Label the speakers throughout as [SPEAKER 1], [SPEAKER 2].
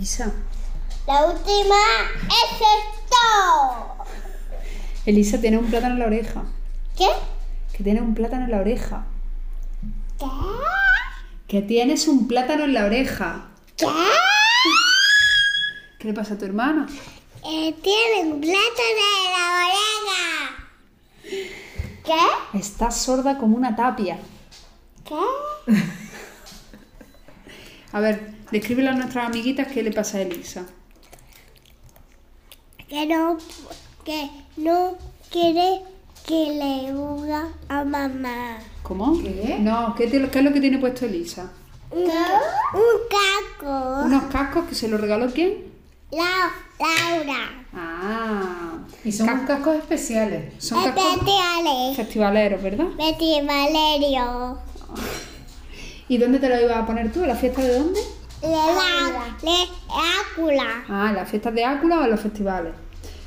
[SPEAKER 1] Isa.
[SPEAKER 2] La última es esto.
[SPEAKER 1] Elisa tiene un plátano en la oreja.
[SPEAKER 2] ¿Qué?
[SPEAKER 1] Que tiene un plátano en la oreja.
[SPEAKER 2] ¿Qué?
[SPEAKER 1] Que tienes un plátano en la oreja.
[SPEAKER 2] ¿Qué?
[SPEAKER 1] ¿Qué le pasa a tu hermana?
[SPEAKER 2] Eh, tiene un plátano en la oreja. ¿Qué?
[SPEAKER 1] Está sorda como una tapia.
[SPEAKER 2] ¿Qué?
[SPEAKER 1] A ver, descríbele a nuestras amiguitas qué le pasa a Elisa.
[SPEAKER 2] Que no, que no quiere que le diga a mamá.
[SPEAKER 1] ¿Cómo?
[SPEAKER 3] ¿Qué?
[SPEAKER 1] No, ¿qué, te- qué es lo que tiene puesto Elisa?
[SPEAKER 2] Un, ca- un
[SPEAKER 3] Ah.
[SPEAKER 2] caco.
[SPEAKER 1] Unos cascos que se lo regaló quién?
[SPEAKER 2] La, Laura.
[SPEAKER 1] Ah,
[SPEAKER 3] Y son cascos Eh, especiales.
[SPEAKER 1] son cascos
[SPEAKER 2] Vete, Ale.
[SPEAKER 1] festivaleros, ¿verdad?
[SPEAKER 2] Vete, Valerio.
[SPEAKER 1] ¿Y dónde te lo ibas a poner tú? ¿En la fiesta de dónde?
[SPEAKER 2] Le la, le ácula.
[SPEAKER 1] Ah, en las fiestas de Ácula o en los festivales.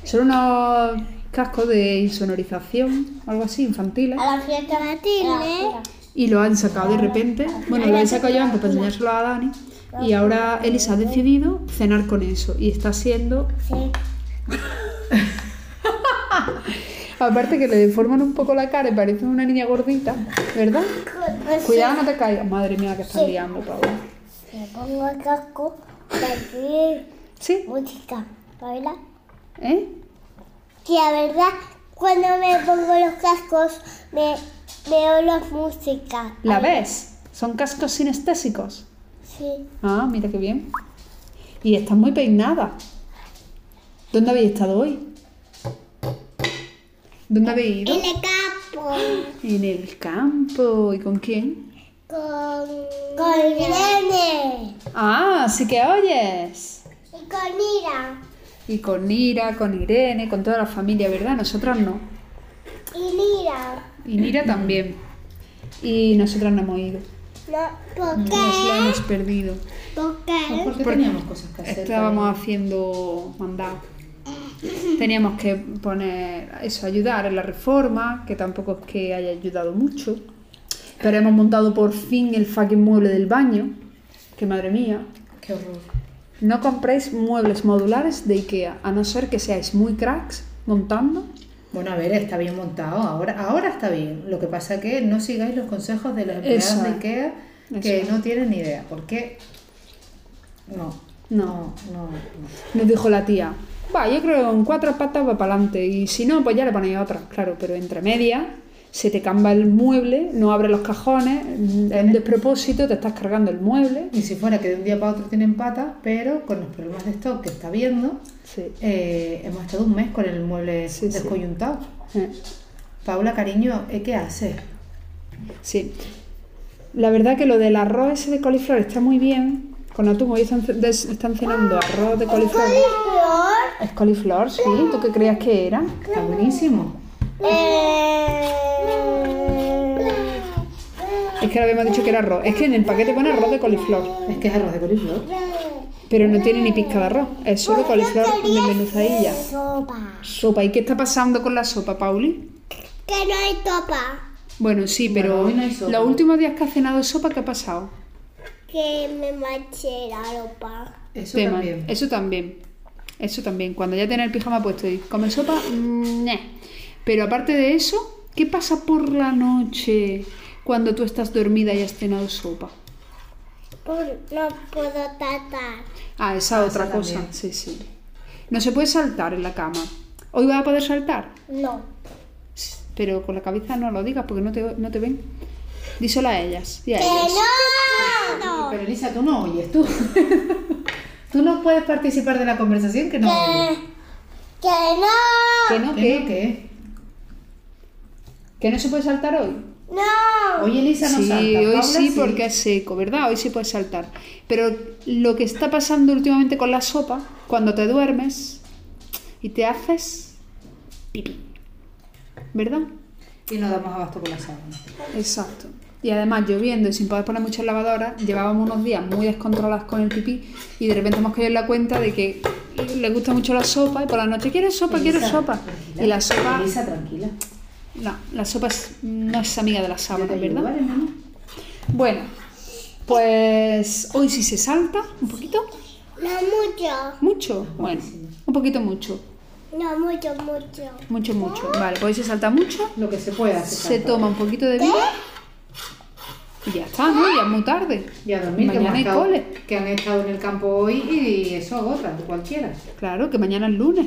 [SPEAKER 1] Son unos cascos de insonorización, algo así, infantiles.
[SPEAKER 2] la fiesta Matilde.
[SPEAKER 1] Y lo han sacado de repente. Bueno, lo han sacado yo antes para enseñárselo a Dani. Y ahora Elisa ha decidido cenar con eso. Y está siendo.
[SPEAKER 2] Sí.
[SPEAKER 1] Aparte que le deforman un poco la cara y parece una niña gordita, ¿verdad?
[SPEAKER 2] Pues
[SPEAKER 1] Cuidado, no te caigas. Madre mía, que están liando, Pablo.
[SPEAKER 2] Me pongo el casco para escribir
[SPEAKER 1] ¿Sí?
[SPEAKER 2] música. ¿Verdad?
[SPEAKER 1] ¿Eh?
[SPEAKER 2] Que la verdad, cuando me pongo los cascos, me veo las músicas.
[SPEAKER 1] ¿La ves? Son cascos sinestésicos.
[SPEAKER 2] Sí.
[SPEAKER 1] Ah, mira qué bien. Y estás muy peinada. ¿Dónde habéis estado hoy? ¿Dónde habéis ido?
[SPEAKER 2] En el campo.
[SPEAKER 1] En el campo. ¿Y con quién?
[SPEAKER 2] Con. Con Irene.
[SPEAKER 1] Ah, sí que oyes.
[SPEAKER 2] Y con Ira.
[SPEAKER 1] Y con Nira, con Irene, con toda la familia, ¿verdad? Nosotras no.
[SPEAKER 2] Y Nira.
[SPEAKER 1] Y Nira también. Y nosotras no hemos ido.
[SPEAKER 2] No, ¿Por
[SPEAKER 1] Nos la
[SPEAKER 2] qué?
[SPEAKER 1] hemos perdido.
[SPEAKER 2] ¿Por
[SPEAKER 3] No,
[SPEAKER 2] qué?
[SPEAKER 3] porque
[SPEAKER 1] Porque
[SPEAKER 3] teníamos cosas que hacer.
[SPEAKER 1] Estábamos haciendo mandado. Teníamos que poner eso, ayudar en la reforma, que tampoco es que haya ayudado mucho. Pero hemos montado por fin el fucking mueble del baño. Que madre mía.
[SPEAKER 3] Qué horror.
[SPEAKER 1] No compréis muebles modulares de IKEA, a no ser que seáis muy cracks montando.
[SPEAKER 3] Bueno, a ver, está bien montado. Ahora, ahora está bien. Lo que pasa que no sigáis los consejos de los empleados
[SPEAKER 1] Eso
[SPEAKER 3] de
[SPEAKER 1] es.
[SPEAKER 3] IKEA que
[SPEAKER 1] Eso es.
[SPEAKER 3] no tienen ni idea. Porque no,
[SPEAKER 1] No.
[SPEAKER 3] no, no.
[SPEAKER 1] Nos dijo la tía, va, yo creo en cuatro patas va para adelante y si no, pues ya le ponéis otra, claro, pero entre medias se te camba el mueble, no abre los cajones, mm, es un despropósito, te estás cargando el mueble.
[SPEAKER 3] Y si fuera que de un día para otro tienen patas, pero con los problemas de stock que está viendo,
[SPEAKER 1] Sí.
[SPEAKER 3] eh, hemos estado un mes con el mueble
[SPEAKER 1] Sí, sí.
[SPEAKER 3] descoyuntado.
[SPEAKER 1] Eh,
[SPEAKER 3] Paula, cariño, ¿eh, ¿qué haces?
[SPEAKER 1] sí. La verdad que lo del arroz ese de coliflor está muy bien. Con Atumo están, ce- des- están cenando arroz de coliflor.
[SPEAKER 2] Flor.
[SPEAKER 1] ¿Es coliflor? Sí, ¿tú qué creías que era?
[SPEAKER 3] Está buenísimo.
[SPEAKER 2] eh,
[SPEAKER 1] Es que le habíamos dicho que era arroz. Es que en el paquete pone arroz de coliflor.
[SPEAKER 3] Es que es arroz de coliflor.
[SPEAKER 1] Pero no tiene ni pizca de arroz, es solo coliflor desmenuzadilla.
[SPEAKER 2] Sopa.
[SPEAKER 1] Sopa, ¿y qué está pasando con la sopa, Pauli?
[SPEAKER 2] Que no hay sopa.
[SPEAKER 1] Bueno, sí, pero
[SPEAKER 3] Bueno, hoy no hay sopa.
[SPEAKER 1] los últimos días que has cenado sopa, ¿qué ha pasado?
[SPEAKER 2] Que me manché la ropa.
[SPEAKER 3] Eso
[SPEAKER 1] Tema.
[SPEAKER 3] también.
[SPEAKER 1] Eso también. Eso también. Cuando ya tenés el pijama puesto y comer sopa, mm, ñe. Pero aparte de eso, ¿qué pasa por la noche cuando tú estás dormida y has cenado sopa?
[SPEAKER 2] Por- No puedo tratar.
[SPEAKER 1] Ah, esa otra
[SPEAKER 3] también.
[SPEAKER 1] cosa. Sí, sí. No se puede saltar en la cama. ¿Hoy vas a poder saltar?
[SPEAKER 2] No.
[SPEAKER 1] Pero con la cabeza no lo digas porque no te, no te ven. Díselo a ellas y a
[SPEAKER 2] Que
[SPEAKER 1] ellos.
[SPEAKER 2] no.
[SPEAKER 3] Pero Elisa, tú no oyes, tú. tú no puedes participar de la conversación que no oyes.
[SPEAKER 2] Que- Que no.
[SPEAKER 1] Que no,
[SPEAKER 3] ¿Qué
[SPEAKER 1] que,
[SPEAKER 3] no qué?
[SPEAKER 1] que no se puede saltar hoy.
[SPEAKER 2] No.
[SPEAKER 3] Hoy Elisa no
[SPEAKER 1] sí,
[SPEAKER 3] salta.
[SPEAKER 1] hoy
[SPEAKER 3] Paula
[SPEAKER 1] sí, porque es seco, ¿verdad? Hoy sí puedes saltar. Pero lo que está pasando últimamente con la sopa, cuando te duermes y te haces pipí. ¿Verdad?
[SPEAKER 3] Y nos damos abasto con la sábana.
[SPEAKER 1] Exacto. Y además lloviendo y sin poder poner muchas lavadoras, llevábamos unos días muy descontroladas con el pipí y de repente hemos caído en la cuenta de que le gusta mucho la sopa y por la noche quiere sopa, quiere
[SPEAKER 3] Elisa,
[SPEAKER 1] sopa.
[SPEAKER 3] tranquila.
[SPEAKER 1] Y la sopa,
[SPEAKER 3] Elisa, tranquila.
[SPEAKER 1] no, la sopa es- no es amiga de la
[SPEAKER 3] Yo
[SPEAKER 1] sábana,
[SPEAKER 3] te ayudo,
[SPEAKER 1] ¿verdad?
[SPEAKER 3] ¿vale, nena?
[SPEAKER 1] Bueno, pues hoy sí se salta un poquito.
[SPEAKER 2] No mucho.
[SPEAKER 1] ¿Mucho? Bueno, un poquito mucho.
[SPEAKER 2] No mucho, mucho.
[SPEAKER 1] Mucho, mucho. Vale, pues se salta mucho,
[SPEAKER 3] Lo que se pueda.
[SPEAKER 1] se
[SPEAKER 3] salta.
[SPEAKER 1] toma un poquito de vida y ya está, ¿no? Ya es muy tarde.
[SPEAKER 3] Y a dormir, que,
[SPEAKER 1] Mañana
[SPEAKER 3] hemos
[SPEAKER 1] hay
[SPEAKER 3] estado-
[SPEAKER 1] cole.
[SPEAKER 3] que han estado en el campo hoy y eso agota, cualquiera.
[SPEAKER 1] Claro, que mañana es lunes.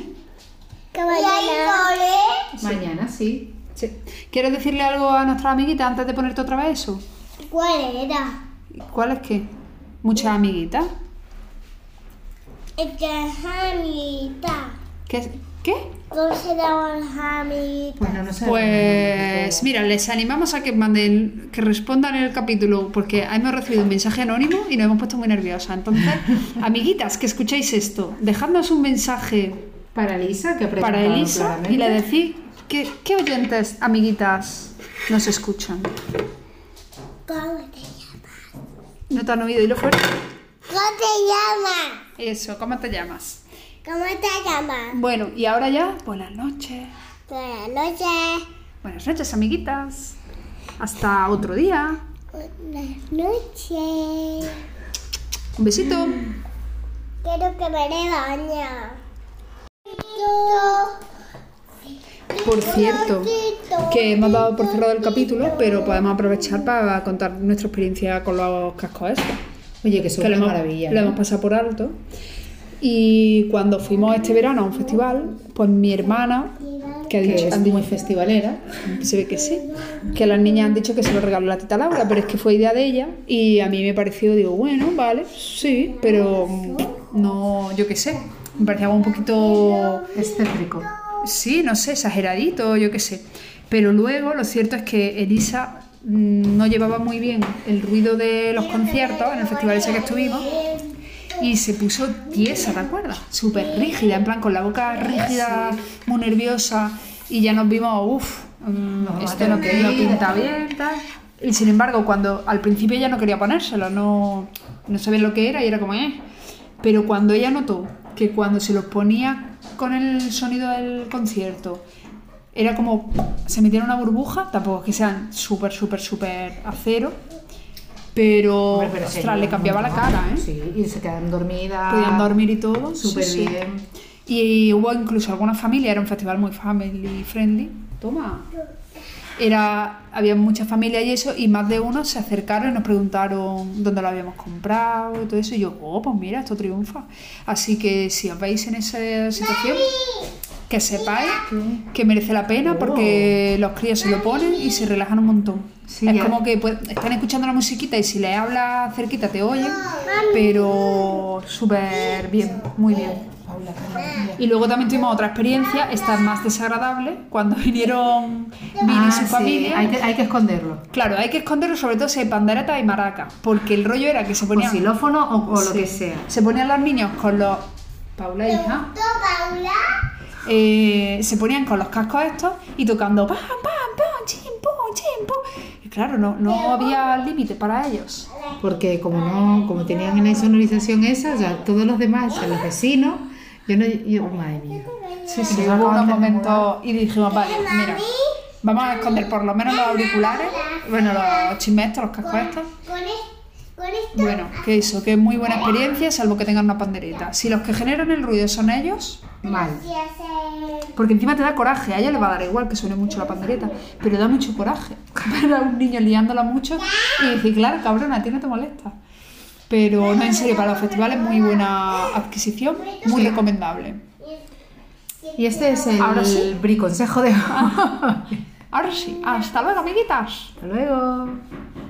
[SPEAKER 2] Que mañana.
[SPEAKER 3] Mañana sí.
[SPEAKER 1] Sí. ¿Quieres decirle algo a nuestra amiguita antes de ponerte otra vez eso?
[SPEAKER 2] ¿Cuál era?
[SPEAKER 1] ¿Cuál es qué? Muchas amiguitas.
[SPEAKER 2] Es que es amiguita.
[SPEAKER 1] ¿Qué? ¿Qué?
[SPEAKER 2] ¿Cómo se llaman las amiguitas?
[SPEAKER 3] Bueno, no sé.
[SPEAKER 1] Pues mira, les animamos a que manden, que respondan en el capítulo, porque hemos recibido un mensaje anónimo y nos hemos puesto muy nerviosas. Entonces, amiguitas, que escuchéis esto, dejadnos un mensaje
[SPEAKER 3] Para Elisa, que ha
[SPEAKER 1] para
[SPEAKER 3] preguntado
[SPEAKER 1] Elisa y le
[SPEAKER 3] claramente.
[SPEAKER 1] decís que, qué oyentes, amiguitas, nos escuchan.
[SPEAKER 2] ¿Cómo te llamas?
[SPEAKER 1] ¿No te han oído? Dilo fuerte.
[SPEAKER 2] ¿Cómo te llamas?
[SPEAKER 1] Eso, ¿cómo te llamas?
[SPEAKER 2] ¿Cómo te llamas?
[SPEAKER 1] Bueno, y ahora ya, buenas noches.
[SPEAKER 2] Buenas noches.
[SPEAKER 1] Buenas noches, amiguitas. Hasta otro día.
[SPEAKER 2] Buenas noches.
[SPEAKER 1] Un besito.
[SPEAKER 2] Quiero que me dé baño. Yo-
[SPEAKER 1] Por cierto, que hemos dado por cerrado el capítulo, pero podemos aprovechar para contar nuestra experiencia con los cascos estos.
[SPEAKER 3] Oye, que son
[SPEAKER 1] Que lo
[SPEAKER 3] una
[SPEAKER 1] hemos,
[SPEAKER 3] maravilla.
[SPEAKER 1] lo
[SPEAKER 3] ¿no?
[SPEAKER 1] hemos pasado por alto. Y cuando fuimos este verano a un festival, pues mi hermana, que ha
[SPEAKER 3] Que
[SPEAKER 1] dicho,
[SPEAKER 3] es
[SPEAKER 1] han dicho-
[SPEAKER 3] muy festivalera.
[SPEAKER 1] se ve que sí, que las niñas han dicho que se lo regaló la tita Laura, pero es que fue idea de ella y a mí me pareció, digo, bueno, vale, sí, pero mm, no, yo qué sé, me parecía un poquito
[SPEAKER 3] Excéntrico.
[SPEAKER 1] sí, no sé, exageradito, yo qué sé. Pero luego lo cierto es que Elisa mm, no llevaba muy bien el ruido de los conciertos en el festival ese que estuvimos y se puso tiesa, ¿te acuerdas? Súper rígida, en plan con la boca rígida, muy nerviosa y ya nos vimos, uff, mm,
[SPEAKER 3] Nos
[SPEAKER 1] esto no,
[SPEAKER 3] mataron.
[SPEAKER 1] que- no pinta bien, tal. Y sin embargo, cuando al principio ella no quería ponérselo, no, no sabía lo que era y era como, eh. Pero cuando ella notó que cuando se los ponía con el sonido del concierto, era como se metiera en una burbuja, tampoco es que sean súper, súper, súper acero, pero,
[SPEAKER 3] Hombre, pero
[SPEAKER 1] ostras,
[SPEAKER 3] sería
[SPEAKER 1] le cambiaba la
[SPEAKER 3] muy
[SPEAKER 1] cara,
[SPEAKER 3] guapo.
[SPEAKER 1] ¿eh?
[SPEAKER 3] Sí, y se quedan dormidas.
[SPEAKER 1] Podían dormir y todo. sí,
[SPEAKER 3] Súper
[SPEAKER 1] sí.
[SPEAKER 3] bien.
[SPEAKER 1] Y hubo incluso alguna familia, era un festival muy family friendly. Toma. Era, había muchas familias y eso, y más de uno se acercaron y nos preguntaron dónde lo habíamos comprado y todo eso. Y yo, oh, pues mira, esto triunfa. Así que si os veis en esa situación, que sepáis que merece la pena porque los críos se lo ponen y se relajan un montón.
[SPEAKER 3] Oh. Sí,
[SPEAKER 1] es
[SPEAKER 3] ya.
[SPEAKER 1] como que pues, están escuchando la musiquita y si les hablas cerquita te oyen, pero súper bien, muy bien.
[SPEAKER 3] Paula, Paula, mira.
[SPEAKER 1] Y luego también tuvimos otra experiencia, esta es más desagradable, cuando vinieron Vini
[SPEAKER 3] Ah,
[SPEAKER 1] y su
[SPEAKER 3] sí,
[SPEAKER 1] familia.
[SPEAKER 3] Hay que, hay que esconderlo.
[SPEAKER 1] Claro, hay que esconderlo sobre todo si hay pandereta y maraca, porque el rollo era que se
[SPEAKER 3] Con
[SPEAKER 1] ponían,
[SPEAKER 3] xilófono o, o Pues lo
[SPEAKER 1] Sí.
[SPEAKER 3] que sea.
[SPEAKER 1] se ponían los niños con los... Paula, hija.
[SPEAKER 2] Paula?
[SPEAKER 1] Eh, se ponían con los cascos estos y tocando pam, pam, pam, chim, pum, chim, pum. Y claro, no, no había límite para ellos.
[SPEAKER 3] Porque como no, como tenían la insonorización esa, ya todos los demás, o sea, los vecinos, yo no, yo, madre mía.
[SPEAKER 1] Sí, sí, hubo unos momentos y dijimos, vale, mira, vamos a esconder por lo menos los auriculares, bueno, los chismes estos, los cascos estos.
[SPEAKER 2] Con, es- con esto.
[SPEAKER 1] Bueno, que eso, que es muy buena experiencia, salvo que tengan una pandereta. Si los que generan el ruido son ellos,
[SPEAKER 3] Mal.
[SPEAKER 2] se hace-
[SPEAKER 1] porque encima te da coraje, a ella le va a dar igual que suene mucho la pandereta, pero da mucho coraje ver a un niño liándola mucho y decir, claro, cabrona, a ti no te molesta. Pero no, en serio, para los festivales muy buena adquisición, muy recomendable.
[SPEAKER 3] Y este es el
[SPEAKER 1] Ahora sí.
[SPEAKER 3] briconsejo de hoy.
[SPEAKER 1] Ahora sí, hasta luego, amiguitas.
[SPEAKER 3] Hasta luego.